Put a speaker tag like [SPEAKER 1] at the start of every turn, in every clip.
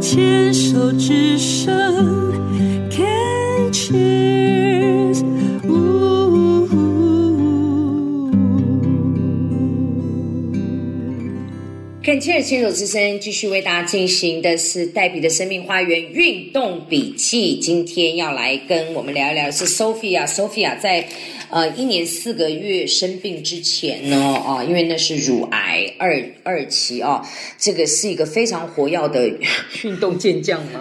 [SPEAKER 1] 牵手之声，Can cheers。
[SPEAKER 2] 看《切尔牵手之声》继续为大家进行的是黛比的生命花园运动笔记。今天要来跟我们聊一聊是 Sophia。Sophia 在呃一年四个月生病之前呢，啊、因为那是乳癌二二期啊、这个是一个非常活跃的运动健将嘛。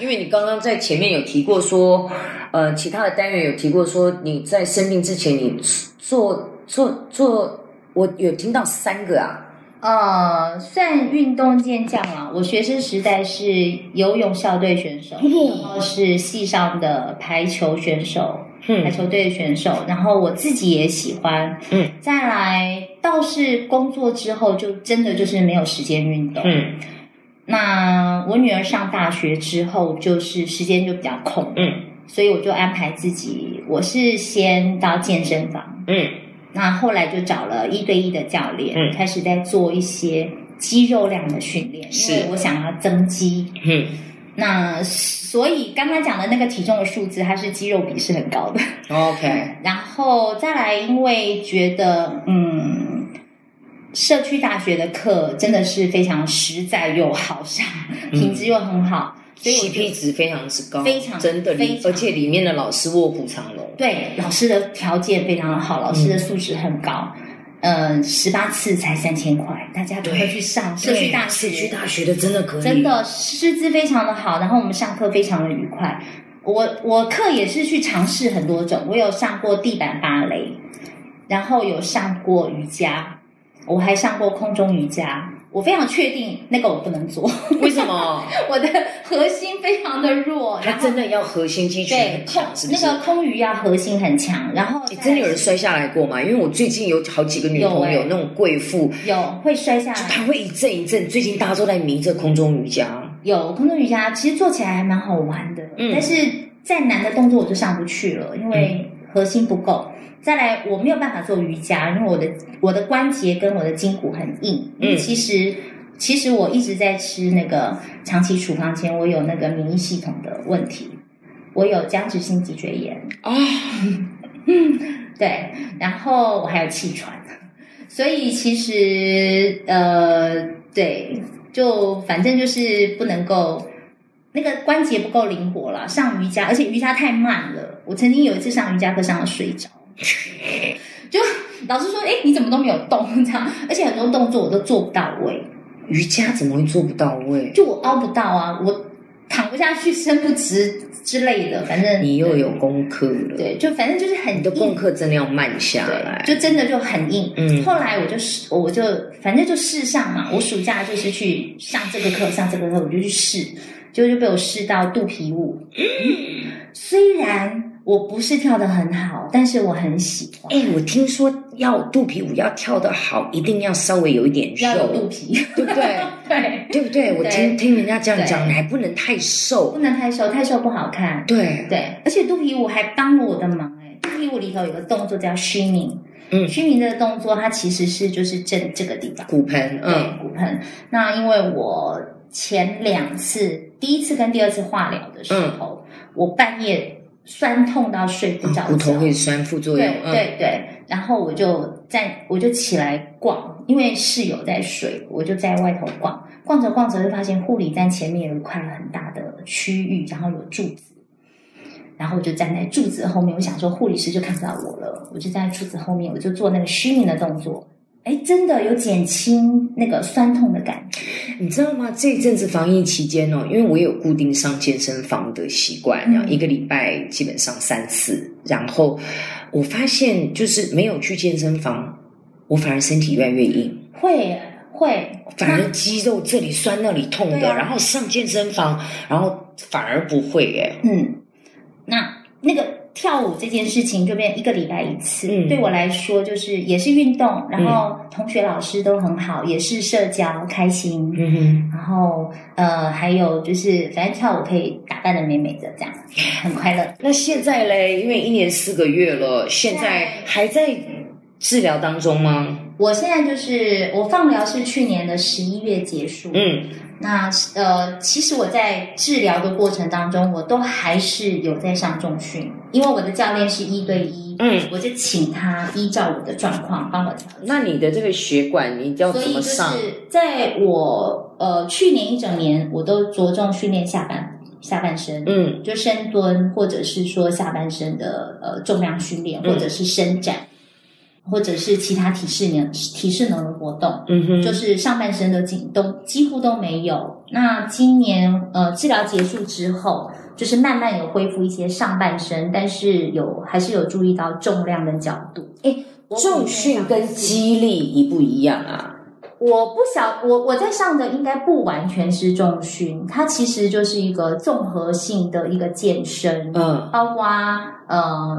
[SPEAKER 2] 因为你刚刚在前面有提过说，呃，其他的单元有提过说你在生病之前你做做做，我有听到三个啊。
[SPEAKER 3] 呃，算运动健将啦。我学生时代是游泳校队选手，然后是系上的排球选手，
[SPEAKER 2] 嗯
[SPEAKER 3] 排球队选手。然后我自己也喜欢。
[SPEAKER 2] 嗯，
[SPEAKER 3] 再来倒是工作之后就真的就是没有时间运动。
[SPEAKER 2] 嗯
[SPEAKER 3] 那我女儿上大学之后，就是时间就比较空，
[SPEAKER 2] 嗯。
[SPEAKER 3] 所以我就安排自己，我是先到健身房，
[SPEAKER 2] 嗯
[SPEAKER 3] 那后来就找了一对一的教练，
[SPEAKER 2] 嗯
[SPEAKER 3] 开始在做一些肌肉量的训练，
[SPEAKER 2] 是
[SPEAKER 3] 因为我想要增肌。
[SPEAKER 2] 嗯，
[SPEAKER 3] 那所以刚刚讲的那个体重的数字，它是肌肉比是很高的。
[SPEAKER 2] ，OK，
[SPEAKER 3] 然后再来，因为觉得嗯，社区大学的课真的是非常实在又好上，
[SPEAKER 2] 嗯
[SPEAKER 3] 品质又很好，所以我就
[SPEAKER 2] CP 值非常之高，
[SPEAKER 3] 非常
[SPEAKER 2] 真的里，
[SPEAKER 3] 非常
[SPEAKER 2] 而且里面的老师卧虎藏龙，
[SPEAKER 3] 对老师的条件非常的
[SPEAKER 2] 嗯
[SPEAKER 3] 好，老师的素质很高。嗯，十八次才三千块，大家赶快去上社区大学，
[SPEAKER 2] 社区大学的真的可以，
[SPEAKER 3] 真的师资非常的好，然后我们上课非常的愉快。我我课也是去尝试很多种，我有上过地板芭蕾，然后有上过瑜伽，我还上过空中瑜伽。我非常确定那个我不能做，
[SPEAKER 2] 为什么？
[SPEAKER 3] 我的核心非常的弱，
[SPEAKER 2] 他
[SPEAKER 3] 然后
[SPEAKER 2] 真的要核心肌群
[SPEAKER 3] 对
[SPEAKER 2] 很
[SPEAKER 3] 空
[SPEAKER 2] 强，是不
[SPEAKER 3] 那
[SPEAKER 2] 是？
[SPEAKER 3] 个空余要核心很强，然后
[SPEAKER 2] 诶
[SPEAKER 3] 再
[SPEAKER 2] 真的有人摔下来过吗？因为我最近有好几个女朋
[SPEAKER 3] 有
[SPEAKER 2] 友，
[SPEAKER 3] 诶
[SPEAKER 2] 那种贵妇，
[SPEAKER 3] 有会摔下来，
[SPEAKER 2] 她会一阵一阵。最近大家都在迷这空中瑜伽，
[SPEAKER 3] 有空中瑜伽，其实做起来还蛮好玩的，
[SPEAKER 2] 嗯
[SPEAKER 3] 但是再难的动作我就上不去了，因为核心不够。再来，我没有办法做瑜伽，因为我的我的关节跟我的筋骨很硬。因为其实其实我一直在吃那个长期处方前，我有那个免疫系统的问题，我有僵直性脊椎炎
[SPEAKER 2] 啊，
[SPEAKER 3] 对，然后我还有气喘，所以其实呃，对，就反正就是不能够那个关节不够灵活啦，上瑜伽，而且瑜伽太慢了。我曾经有一次上瑜伽课上到睡着，就老师说：“哎，你怎么都没有动？”这 样，而且很多动作我都做不到位，
[SPEAKER 2] 瑜伽怎么会做不到位？
[SPEAKER 3] 就我凹不到啊，我躺不下去，伸不直之类的，反正
[SPEAKER 2] 你又有功课了，
[SPEAKER 3] 对，就反正就是很
[SPEAKER 2] 你的
[SPEAKER 3] 硬
[SPEAKER 2] 功课真的要慢下来。
[SPEAKER 3] 对，就真的就很硬。
[SPEAKER 2] 嗯
[SPEAKER 3] 后来我就试，我就反正就试上嘛。我暑假就是去上这个课，上这个课，我就去试，结果就被我试到肚皮舞。
[SPEAKER 2] 嗯
[SPEAKER 3] 虽然我不是跳的很好，但是我很喜欢，
[SPEAKER 2] 哎、我听说要肚皮舞要跳得好，一定要稍微有一点
[SPEAKER 3] 要有肚
[SPEAKER 2] 肉，
[SPEAKER 3] 皮，
[SPEAKER 2] 对不对？
[SPEAKER 3] 对，
[SPEAKER 2] 对不对？我
[SPEAKER 3] 对
[SPEAKER 2] 听听人家这样讲，
[SPEAKER 3] 对
[SPEAKER 2] 你还不能太
[SPEAKER 3] 不
[SPEAKER 2] 瘦。
[SPEAKER 3] 能太瘦，太瘦不好看。
[SPEAKER 2] 对，
[SPEAKER 3] 对，而且肚皮舞还帮了我的忙哎、肚皮舞里头有个动作叫 shimming，
[SPEAKER 2] 嗯
[SPEAKER 3] shimming 这个动作它其实是就是正这个地方。
[SPEAKER 2] 骨盆，嗯
[SPEAKER 3] 对，骨盆。那因为我前两次，第一次跟第二次化疗的时候，我半夜酸痛到睡不
[SPEAKER 2] 嗯
[SPEAKER 3] 着
[SPEAKER 2] 啊
[SPEAKER 3] 觉，
[SPEAKER 2] 骨头会酸，副作用
[SPEAKER 3] 对，
[SPEAKER 2] 嗯，
[SPEAKER 3] 对对。然后我就在，我就起来逛，因为室友在睡，我就在外头逛。逛着逛着就发现护理站前面有一块很大的区域，然后有柱子。然后我就站在柱子后面，我想说护理师就看不到我了，我就站在柱子后面，我就做那个虚拟的动作，哎，真的有减轻那个酸痛的感觉。
[SPEAKER 2] 你知道吗？这一阵子防疫期间哦，因为我有固定上健身房的习惯，
[SPEAKER 3] 嗯
[SPEAKER 2] 然后一个礼拜基本上三次。然后我发现，就是没有去健身房，我反而身体越来越硬，
[SPEAKER 3] 会会，
[SPEAKER 2] 反而肌肉这里酸那里痛
[SPEAKER 3] 对
[SPEAKER 2] 的。
[SPEAKER 3] 啊
[SPEAKER 2] 然后上健身房，然后反而不会哎耶。
[SPEAKER 3] 嗯，那那个跳舞这件事情就变一个礼拜一次，
[SPEAKER 2] 嗯
[SPEAKER 3] 对我来说就是也是运动，然后同学老师都很好，也是社交开心，
[SPEAKER 2] 嗯哼，
[SPEAKER 3] 然后呃还有就是反正跳舞可以打扮的美美的，这样很快乐。
[SPEAKER 2] 那现在嘞，因为一年四个月了，现在还在治疗当中吗？
[SPEAKER 3] 我现在就是我放疗是去年的十一月结束，
[SPEAKER 2] 嗯
[SPEAKER 3] 那呃，其实我在治疗的过程当中，我都还是有在上重训，因为我的教练是一对一，
[SPEAKER 2] 嗯，
[SPEAKER 3] 我就请他依照我的状况帮我调整。
[SPEAKER 2] 那你的这个血管你要
[SPEAKER 3] 所
[SPEAKER 2] 怎
[SPEAKER 3] 以
[SPEAKER 2] 么
[SPEAKER 3] 就是
[SPEAKER 2] 上？
[SPEAKER 3] 在我呃去年一整年，我都着重训练下半下半身，
[SPEAKER 2] 嗯
[SPEAKER 3] 就深蹲或者是说下半身的呃重量训练，
[SPEAKER 2] 嗯
[SPEAKER 3] 或者是伸展，或者是其他体适能体适能的活动。
[SPEAKER 2] 嗯哼，
[SPEAKER 3] 就是上半身的紧都几乎都没有。那今年呃治疗结束之后，就是慢慢有恢复一些上半身，但是有还是有注意到重量跟角度。哎，我
[SPEAKER 2] 重训跟肌力一不一样啊？
[SPEAKER 3] 我不晓我我在上的应该不完全是重训，它其实就是一个综合性的一个健身，
[SPEAKER 2] 嗯
[SPEAKER 3] 包括呃。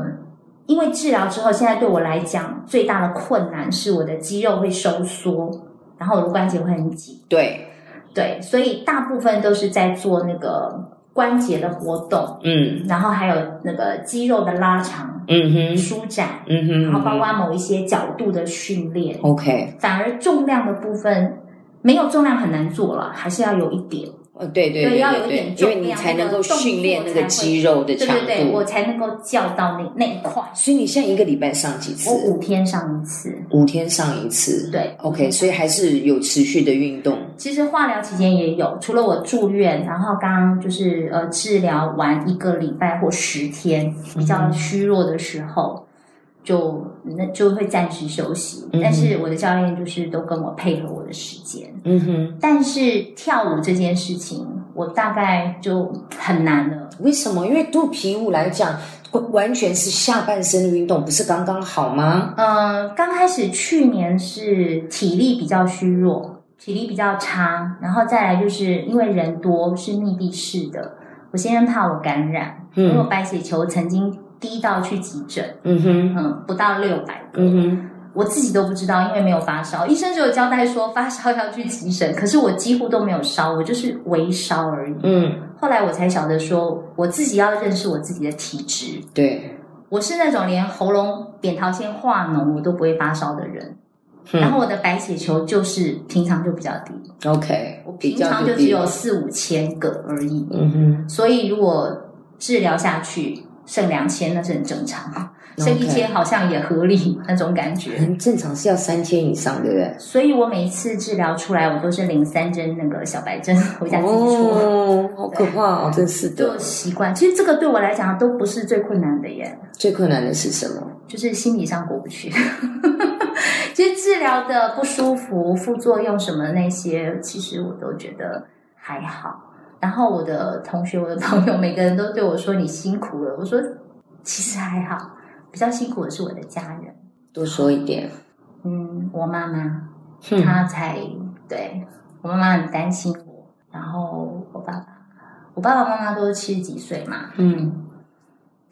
[SPEAKER 3] 因为治疗之后，现在对我来讲最大的困难是我的肌肉会收缩，然后我的关节会很紧。
[SPEAKER 2] 对，
[SPEAKER 3] 对，所以大部分都是在做那个关节的活动，
[SPEAKER 2] 嗯
[SPEAKER 3] 然后还有那个肌肉的拉长、
[SPEAKER 2] 嗯哼，
[SPEAKER 3] 舒展，
[SPEAKER 2] 嗯哼，
[SPEAKER 3] 然后包括某一些角度的训练。
[SPEAKER 2] OK，
[SPEAKER 3] 反而重量的部分没有重量很难做了，还是要有一点，
[SPEAKER 2] 呃，对对
[SPEAKER 3] 对
[SPEAKER 2] 对
[SPEAKER 3] 要有一
[SPEAKER 2] 对
[SPEAKER 3] 点
[SPEAKER 2] 因为
[SPEAKER 3] 重
[SPEAKER 2] 你
[SPEAKER 3] 量
[SPEAKER 2] 才
[SPEAKER 3] 那
[SPEAKER 2] 能
[SPEAKER 3] 个
[SPEAKER 2] 够
[SPEAKER 3] 动
[SPEAKER 2] 训练
[SPEAKER 3] 作
[SPEAKER 2] 那个
[SPEAKER 3] 才
[SPEAKER 2] 肌肉的
[SPEAKER 3] 对
[SPEAKER 2] 强
[SPEAKER 3] 对对，
[SPEAKER 2] 度
[SPEAKER 3] 我。才能够叫到那那一块。
[SPEAKER 2] 所以你现在一个礼拜上几次
[SPEAKER 3] 我？五天上一次，
[SPEAKER 2] 五天上一次。
[SPEAKER 3] 对
[SPEAKER 2] ，OK，所以还是有持续的运动。
[SPEAKER 3] 其实化疗期间也有，除了我住院，然后刚刚就是呃治疗完一个礼拜或十天比较虚弱的时候，就那就会暂时休息。
[SPEAKER 2] 嗯哼
[SPEAKER 3] 但是我的教练就是都跟我配合我的时间。
[SPEAKER 2] 嗯哼，
[SPEAKER 3] 但是跳舞这件事情，我大概就很难了。
[SPEAKER 2] 为什么？因为肚皮舞来讲，完完全是下半身的运动，不是刚刚好吗？
[SPEAKER 3] 呃，刚开始去年是体力比较虚弱，体力比较差，然后再来就是因为人多是密闭式的，我先生怕我感染，因为我
[SPEAKER 2] 嗯
[SPEAKER 3] 白血球曾经低到去急诊，
[SPEAKER 2] 嗯哼，
[SPEAKER 3] 嗯，不到六百个，
[SPEAKER 2] 嗯哼，
[SPEAKER 3] 我自己都不知道，因为没有发烧，医生只有交代说发烧要去急诊，可是我几乎都没有烧，我就是微烧而已。
[SPEAKER 2] 嗯，
[SPEAKER 3] 后来我才晓得说，我自己要认识我自己的体质，
[SPEAKER 2] 对。
[SPEAKER 3] 我是那种连喉咙扁桃腺化脓我都不会发烧的人。然
[SPEAKER 2] 嗯
[SPEAKER 3] 后我的白血球就是平常就比较低，
[SPEAKER 2] ，OK，
[SPEAKER 3] 我
[SPEAKER 2] 比
[SPEAKER 3] 平
[SPEAKER 2] 较
[SPEAKER 3] 常就只
[SPEAKER 2] 低
[SPEAKER 3] 有四五千个而已，
[SPEAKER 2] 嗯哼，
[SPEAKER 3] 所以如果治疗下去剩两千，那是很正常，啊剩
[SPEAKER 2] OK
[SPEAKER 3] 一千好像也合理那种感觉。
[SPEAKER 2] 很正常是要三千以上，对不对？
[SPEAKER 3] 所以我每一次治疗出来，我都是零三针那个小白针回家自己戳，
[SPEAKER 2] 哦，好可怕哦，真是
[SPEAKER 3] 就
[SPEAKER 2] 的。
[SPEAKER 3] 习惯。其实这个对我来讲都不是最困难的耶，
[SPEAKER 2] 最困难的是什么？
[SPEAKER 3] 就是心理上过不去。 其实治疗的不舒服、副作用什么那些，其实我都觉得还好。然后我的同学、我的朋友，每个人都对我说：“你辛苦了。”我说：“其实还好，比较辛苦的是我的家人，
[SPEAKER 2] 多说一点。
[SPEAKER 3] 嗯，我妈妈，
[SPEAKER 2] 哼
[SPEAKER 3] 她才对我妈妈很担心我。然后我爸爸，我爸爸妈妈都七十几岁嘛，
[SPEAKER 2] 嗯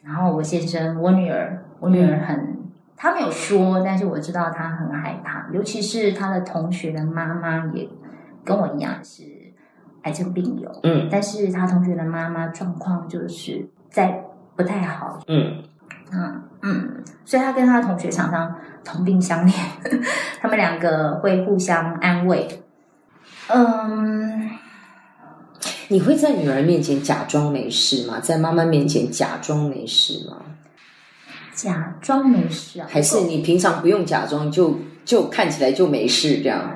[SPEAKER 3] 然后我先生，我女儿，我女儿很，她没有说，但是我知道她很害怕，尤其是她的同学的妈妈也跟我一样是癌症病友，
[SPEAKER 2] 嗯
[SPEAKER 3] 但是她同学的妈妈状况就是在不太好，
[SPEAKER 2] 嗯
[SPEAKER 3] 嗯嗯，所以她跟她的同学常常同病相怜， 他们两个会互相安慰，嗯，
[SPEAKER 2] 你会在女儿面前假装没事吗？在妈妈面前假装没事吗？
[SPEAKER 3] 假装没事啊，
[SPEAKER 2] 还是你平常不用假装就就看起来就没事这样？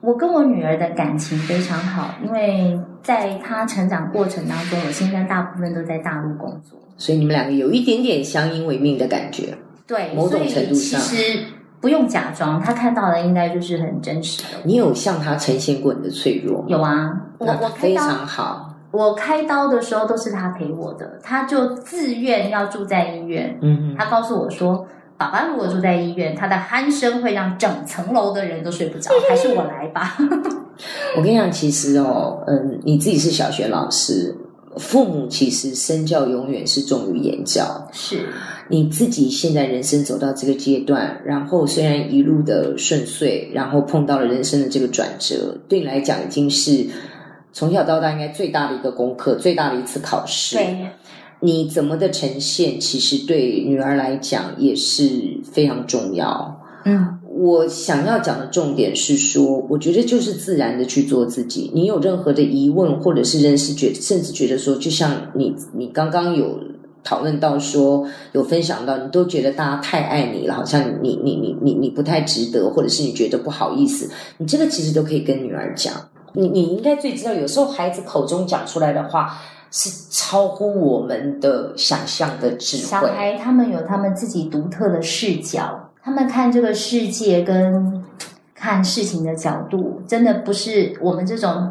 [SPEAKER 3] 我跟我女儿的感情非常好，因为在她成长过程当中，我先生大部分都在大陆工作，
[SPEAKER 2] 所以你们两个有一点点相依为命的感觉。
[SPEAKER 3] 对，
[SPEAKER 2] 某种程度上
[SPEAKER 3] 所以其实不用假装，她看到的应该就是很真实的。
[SPEAKER 2] 你有向她呈现过你的脆弱吗？
[SPEAKER 3] 有啊，我
[SPEAKER 2] 那
[SPEAKER 3] 我开
[SPEAKER 2] 嗯非
[SPEAKER 3] 刀，
[SPEAKER 2] 常好。
[SPEAKER 3] 我开刀的时候都是她陪我的，她就自愿要住在医院。
[SPEAKER 2] 嗯
[SPEAKER 3] 她告诉我说，爸爸如果住在医院，他的鼾声会让整层楼的人都睡不着，还是我来吧。
[SPEAKER 2] 哼，我跟你讲，其实哦，嗯，你自己是小学老师，父母其实身教永远是重于言教。
[SPEAKER 3] 是，
[SPEAKER 2] 你自己现在人生走到这个阶段，然后虽然一路的顺遂，然后碰到了人生的这个转折，对你来讲已经是从小到大应该最大的一个功课，最大的一次考试。
[SPEAKER 3] 对，
[SPEAKER 2] 你怎么的呈现，其实对女儿来讲也是非常重要。
[SPEAKER 3] 嗯，
[SPEAKER 2] 我想要讲的重点是说，我觉得就是自然的去做自己。你有任何的疑问，或者是认识觉，甚至觉得说，就像你你刚刚有讨论到说，有分享到，你都觉得大家太爱你了，好像你你你你你不太值得，或者是你觉得不好意思，你这个其实都可以跟女儿讲。你你应该最知道，有时候孩子口中讲出来的话是超乎我们的想象的智
[SPEAKER 3] 小
[SPEAKER 2] 慧。
[SPEAKER 3] 孩他们有他们自己独特的视角，他们看这个世界跟看事情的角度，真的不是我们这种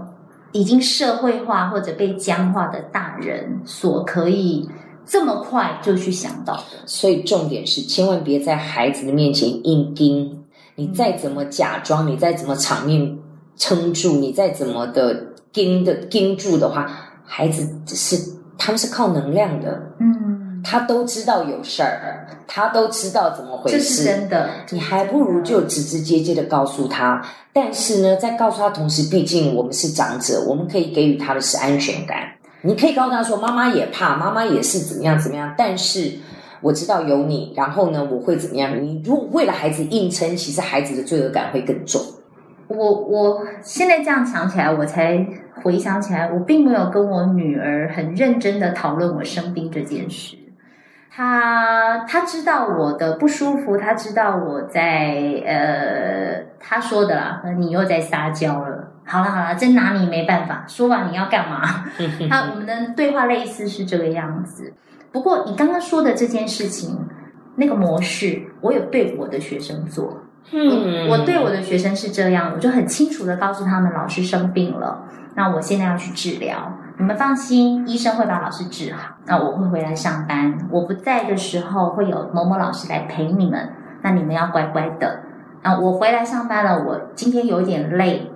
[SPEAKER 3] 已经社会化或者被僵化的大人所可以这么快就去想到的。
[SPEAKER 2] 所以重点是，千万别在孩子的面前硬盯。你再怎么假装，你再怎么场面撑住，你再怎么的盯的盯住的话，孩子只是他们是靠能量的，
[SPEAKER 3] 嗯，
[SPEAKER 2] 他都知道有事儿，他都知道怎么回
[SPEAKER 3] 这是
[SPEAKER 2] 事。
[SPEAKER 3] 真的。
[SPEAKER 2] 你还不如就直直接接的告诉他，但是呢，在告诉他同时，毕竟我们是长者，我们可以给予他的是安全感。你可以告诉他说，妈妈也怕，妈妈也是怎么样怎么样，但是我知道有你，然后呢，我会怎么样？你如果为了孩子硬撑，其实孩子的罪恶感会更重。
[SPEAKER 3] 我我现在这样想起来，我才回想起来，我并没有跟我女儿很认真的讨论我生病这件事。她她知道我的不舒服，她知道我在呃，她说的啦，你又在撒娇了。好了好了，真拿你没办法。说完你要干嘛？ 她我们的对话类似是这个样子。不过你刚刚说的这件事情，那个模式，我有对我的学生做。嗯，我对我的学生是这样，我就很清楚的告诉他们，老师生病了，那我现在要去治疗。你们放心，医生会把老师治好。那我会回来上班，我不在的时候会有某某老师来陪你们，那你们要乖乖的。啊，我回来上班了，我今天有点累，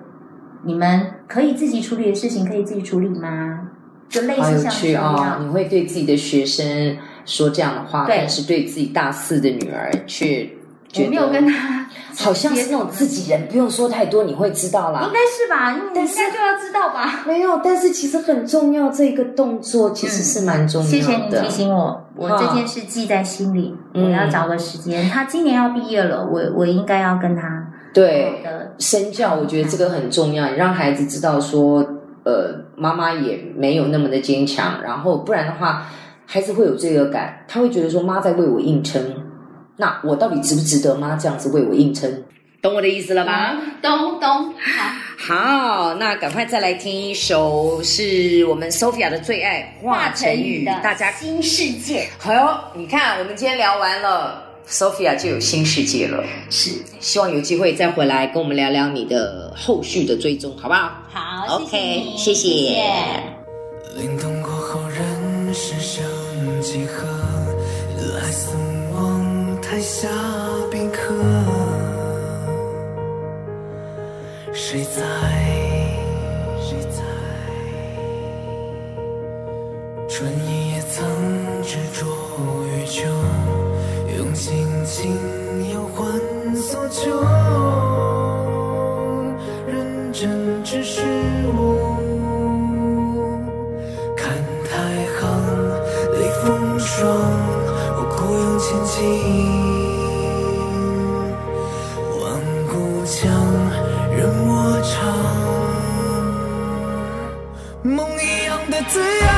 [SPEAKER 3] 你们可以自己处理的事情可以自己处理吗？就类
[SPEAKER 2] 嗯好
[SPEAKER 3] 似
[SPEAKER 2] 有
[SPEAKER 3] 像这
[SPEAKER 2] 趣
[SPEAKER 3] 样，
[SPEAKER 2] 哦！你会对自己的学生说这样的话，
[SPEAKER 3] 对
[SPEAKER 2] 但是对自己大四的女儿却觉
[SPEAKER 3] 我
[SPEAKER 2] 得
[SPEAKER 3] 没有跟他
[SPEAKER 2] 好像是那种自己人，不用说太多，你会知道啦。
[SPEAKER 3] 应该是吧，你
[SPEAKER 2] 但
[SPEAKER 3] 应
[SPEAKER 2] 是
[SPEAKER 3] 该就要知道吧。
[SPEAKER 2] 没有，但是其实很重要，这个动作其实是蛮重要的。
[SPEAKER 3] 谢谢你提醒我，我
[SPEAKER 2] 嗯
[SPEAKER 3] 这件事记在心里，
[SPEAKER 2] 嗯
[SPEAKER 3] 我要找个时间。他今年要毕业了，我我应该要跟他
[SPEAKER 2] 嗯对
[SPEAKER 3] 的
[SPEAKER 2] 身教，我觉得这个很重要，你让孩子知道说，呃，妈妈也没有那么的坚强，然后不然的话，孩子会有罪恶感，他会觉得说妈在为我硬撑，那我到底值不值得妈这样子为我硬撑？懂我的意思了吧？
[SPEAKER 4] 咚咚，好。
[SPEAKER 2] 好，那赶快再来听一首是我们 Sophia 的最爱华晨宇，
[SPEAKER 3] 的
[SPEAKER 2] 大家
[SPEAKER 3] 新世界
[SPEAKER 2] 哎呦，你看，我们今天聊完了，Sophia 就有新世界了。
[SPEAKER 3] 是
[SPEAKER 2] 希望有机会再回来跟我们聊聊你的后续的追踪，好不好？
[SPEAKER 3] 好
[SPEAKER 2] OK，
[SPEAKER 3] 谢
[SPEAKER 2] 谢谢
[SPEAKER 3] 你谢
[SPEAKER 5] 凛冬过后，人世相几何？来送往台下宾客。谁在？谁在？春意也曾执着于秋，用心情交换诉求。认真只是物，看太行历风霜，我孤勇前进。望故乡，任我唱，梦一样的自由。